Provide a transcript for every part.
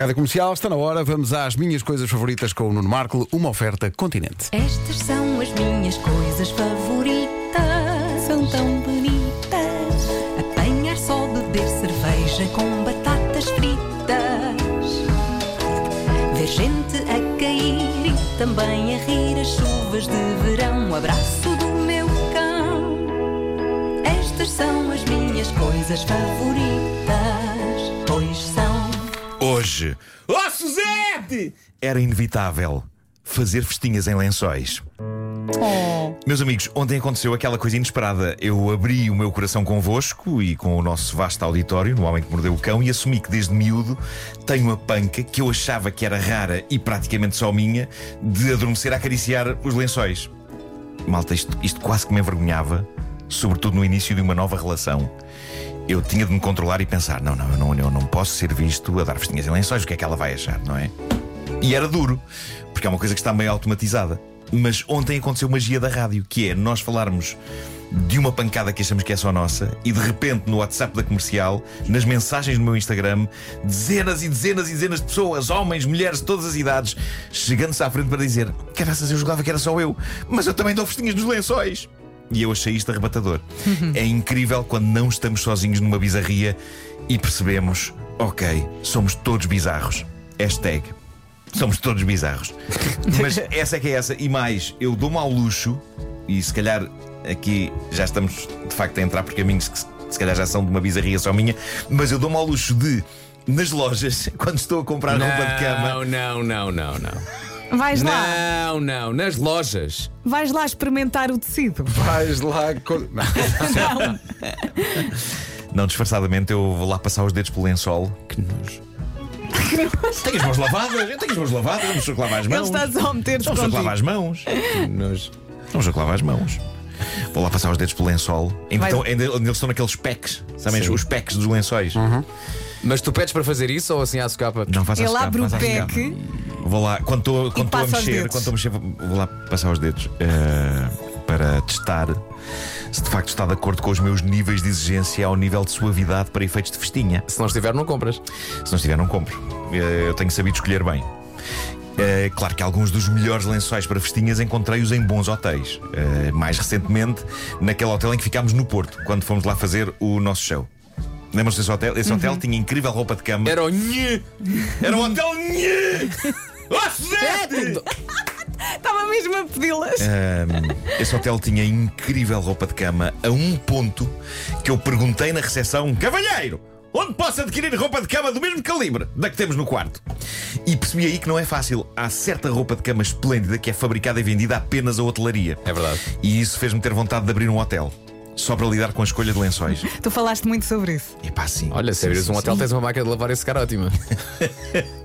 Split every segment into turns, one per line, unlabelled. Cada comercial está na hora, vamos às minhas coisas favoritas com o Nuno Marco, uma oferta continente.
Estas são as minhas coisas favoritas, são tão bonitas. Apanhar só, beber cerveja com batatas fritas. Ver gente a cair e também a rir as chuvas de verão. O abraço do meu cão. Estas são as minhas coisas favoritas, pois são.
Hoje. Oh, Suzete! Era inevitável fazer festinhas em lençóis. Meus amigos, ontem aconteceu aquela coisa inesperada. Eu abri o meu coração convosco e com o nosso vasto auditório, no Homem que Mordeu o Cão, e assumi que desde miúdo tenho a panca, que eu achava que era rara e praticamente só minha, de adormecer a acariciar os lençóis. Malta, isto, isto quase que me envergonhava, sobretudo no início de uma nova relação. Eu tinha de me controlar e pensar: não, não, eu não, eu não posso ser visto a dar festinhas em lençóis, o que é que ela vai achar, não é? E era duro, porque é uma coisa que está meio automatizada. Mas ontem aconteceu magia da rádio, que é nós falarmos de uma pancada que achamos que é só nossa e de repente no WhatsApp da comercial, nas mensagens no meu Instagram, dezenas e dezenas e dezenas de pessoas, homens, mulheres, de todas as idades, chegando-se à frente para dizer: Caraças, eu jogava que era só eu, mas eu também dou festinhas nos lençóis. E eu achei isto arrebatador. é incrível quando não estamos sozinhos numa bizarria e percebemos: ok, somos todos bizarros. Hashtag Somos todos bizarros. Mas essa é que é essa. E mais, eu dou-me ao luxo, e se calhar aqui já estamos de facto a entrar por caminhos que se- se calhar já são de uma bizarria só minha, mas eu dou-me ao luxo de, nas lojas, quando estou a comprar roupa de cama,
Não, não, não, não, não.
Vais lá,
Não, não, nas lojas.
vais lá experimentar o tecido.
Vais lá.
não disfarçadamente, eu vou lá passar os dedos pelo lençol. Que nojo. Tenho as mãos lavadas, eu tenho as mãos lavadas, eu não sou que lava as
Ele
mãos.
está só a meter-te
Não sou que lava
contigo.
as mãos.
Nos...
Não sou que lava as mãos. Vou lá passar os dedos pelo lençol. Ainda,
Vai-
estão- ainda- ainda eles estão naqueles packs, sabem? Os packs dos lençóis.
Mas tu pedes para fazer isso ou assim à socapa?
Não faço
Ele
a
abre o
faço a escapa.
pack.
Vou lá, quando estou quando estou a
passa os
mexer,
dedos.
quando estou a mexer, vou vou lá passar os dedos eh, para testar se de facto está de acordo com os meus níveis de exigência ao nível de suavidade para efeitos de festinha.
Se não estiver, não compras.
Se não estiver, não compro. Eh, Eu tenho sabido escolher bem. Eh, claro que alguns dos melhores lençóis para festinhas encontrei-os em bons hotéis. Eh, mais recentemente, naquele hotel em que ficámos no Porto, quando fomos lá fazer o nosso show. Lembram-se desse hotel? Esse hotel tinha incrível roupa de cama.
Era o nhe.
Era um hotel. Nhê! Oh, Suzete!
Estava mesmo a pedi-las.
Ahm, esse hotel tinha incrível roupa de cama a um ponto que eu perguntei na recepção: Cavalheiro, onde posso adquirir roupa de cama do mesmo calibre da que temos no quarto? E percebi aí que não é fácil. Há certa roupa de cama esplêndida que é fabricada e vendida apenas a hotelaria.
É verdade.
E isso fez-me ter vontade de abrir um hotel. Só para lidar com a escolha de lençóis.
Tu falaste muito sobre isso.
Epá, sim.
Olha, se um-
Sim,
abrires
sim,
um hotel,
sim.
tens uma máquina de lavar esse cara ótima.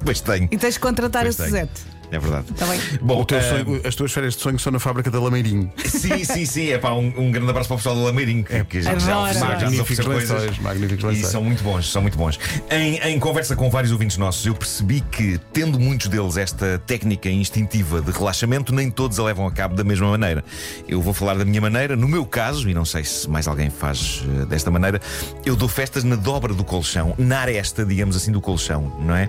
Pois tenho.
E tens de contratar
Pois
a
tenho.
Suzete.
É verdade.
Então,
Está bem?
Bom,
O teu
eh,
ahm,
sonho- as tuas férias de sonho são na fábrica da Lameirinho.
Sim, sim, sim. É pá, um, um grande abraço para o pessoal do Lameirinho, que, que já, já
Adoro.
ofereceu,
É
já nos
Magníficos
ofereceu
lençóis,
coisas.
magníficos
E
lençóis.
são muito bons, são muito bons. Em, em conversa com vários ouvintes nossos, eu percebi que, tendo muitos deles esta técnica instintiva de relaxamento, nem todos a levam a cabo da mesma maneira. Eu vou falar da minha maneira, no meu caso, e não sei se mais alguém faz eh, desta maneira, eu dou festas na dobra do colchão, na aresta, digamos assim, do colchão, não é?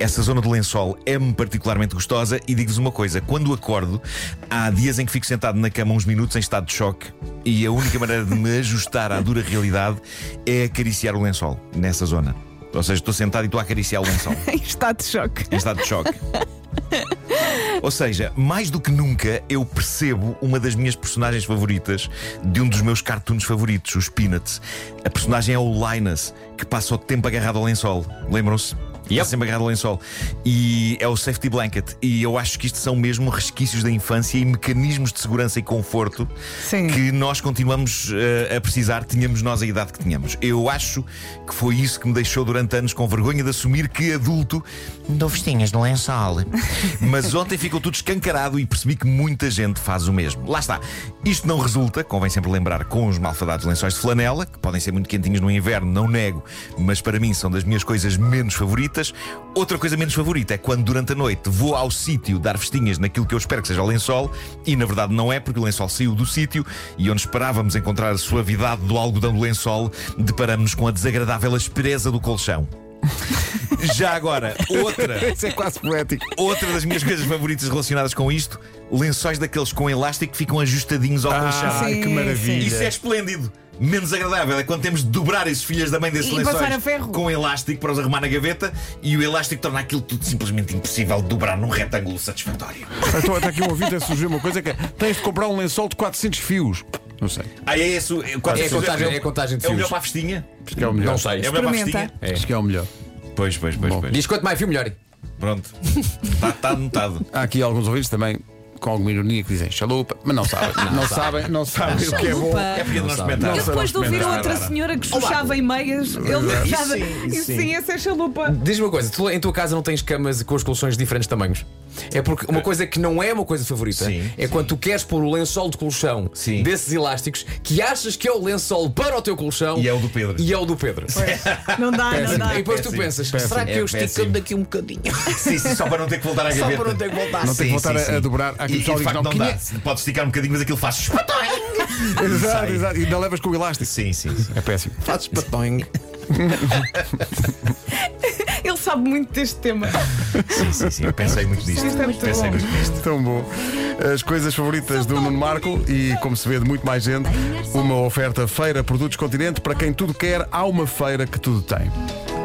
Essa zona do lençol é-me particularmente gostosa e digo-vos uma coisa: quando acordo, há dias em que fico sentado na cama uns minutos em estado de choque e a única maneira de me ajustar à dura realidade é acariciar o lençol nessa zona. Ou seja, estou sentado e estou a acariciar o lençol
Em estado de choque.
em estado de choque. Ou seja, mais do que nunca eu percebo uma das minhas personagens favoritas de um dos meus cartoons favoritos, os Peanuts. A personagem é o Linus, que passa o tempo agarrado ao lençol. Lembram-se? Está sempre agarrado ao lençol. E é o safety blanket. E eu acho que isto são mesmo resquícios da infância e mecanismos de segurança e conforto
Sim.
que que nós continuamos eh, a precisar, tínhamos nós a idade que tínhamos. Eu acho que foi isso que me deixou durante anos com vergonha de assumir que adulto dou festinhas no lençol. é Mas ontem ficou tudo escancarado e percebi que muita gente faz o mesmo. Lá está. Isto não resulta, convém sempre lembrar, com os malfadados lençóis de flanela, que podem ser É muito quentinhos no inverno, não nego, mas para mim são das minhas coisas menos favoritas. Outra coisa menos favorita é quando durante a noite vou ao sítio dar festinhas naquilo que eu espero que seja o lençol e na verdade não é, porque o lençol saiu do sítio e onde esperávamos encontrar a suavidade do algodão do lençol, deparamos-nos com a desagradável aspereza do colchão. Já agora, outra.
Isso é quase poético.
Outra das minhas coisas favoritas relacionadas com isto, lençóis daqueles com elástico que ficam ajustadinhos ao colchão.
Ah,
sim,
que
sim.
maravilha.
Isso é esplêndido. Menos agradável é quando temos de dobrar esses filhas da mãe desses
E
lençóis
passar a ferro.
com um elástico para os arrumar na gaveta e o elástico torna aquilo tudo simplesmente impossível de dobrar num retângulo satisfatório.
Então, até aqui um ouvinte a surgir uma coisa que é: tens de comprar um lençol de 400 fios. Não sei.
Ah, é isso? É, quando-
É a contagem-
o-
é a contagem de
É o
fios.
melhor para a festinha?
Acho que é o melhor.
Não sei.
É o melhor para a
Experimenta.
festinha?
É.
Acho que é o melhor.
Pois, pois, pois,
Bom.
pois.
Diz quanto mais fio, melhor.
Pronto. Está tá anotado.
Há aqui alguns ouvintes também com alguma ironia que dizem chalupa, mas não sabem. Não, sabem, não sabem o que é bom.
Opa.
É porque não
sabe.
experimentar.
Eu depois de ouvir a outra senhora que chuchava em meias, ele já.
sim,
Isso
sim.
sim, essa é chalupa.
Diz-me uma coisa, tu em tua casa não tens camas com as colchões de diferentes tamanhos? É porque uma coisa que não é uma coisa favorita
Sim,
é quando tu queres pôr o lençol de colchão
Sim.
desses elásticos que achas que é o lençol para o teu colchão
E é o do Pedro.
E é o do Pedro.
Não dá, não
E
dá.
depois tu
Péssimo,
pensas,
péssimo.
será que
É
eu esticando
péssimo.
daqui um bocadinho?
Sim, sim, só para não ter que voltar à
Só
gaveta.
para não ter que voltar.
Não ter que
Sim,
voltar
sim,
a- a
sim.
dobrar. Há
E,
aquele
e
pessoal
de
que diz,
facto
não,
não dá.
quinhe-
Pode esticar um bocadinho, mas aquilo faz.
Exato,
Sai.
exato. E ainda levas com o elástico.
Sim, sim, sim.
É péssimo.
Fazes patong.
Ele sabe muito deste tema.
Sim, sim, sim. Eu pensei muito nisto.
Isto é muito
pensei
bom.
muito nisto.
Tão bom. As coisas favoritas do Nuno Marco e, como se vê, de muito mais gente. Uma oferta Feira Produtos Continente. Para quem tudo quer, há uma feira que tudo tem.